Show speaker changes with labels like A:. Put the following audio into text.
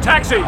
A: Taxi!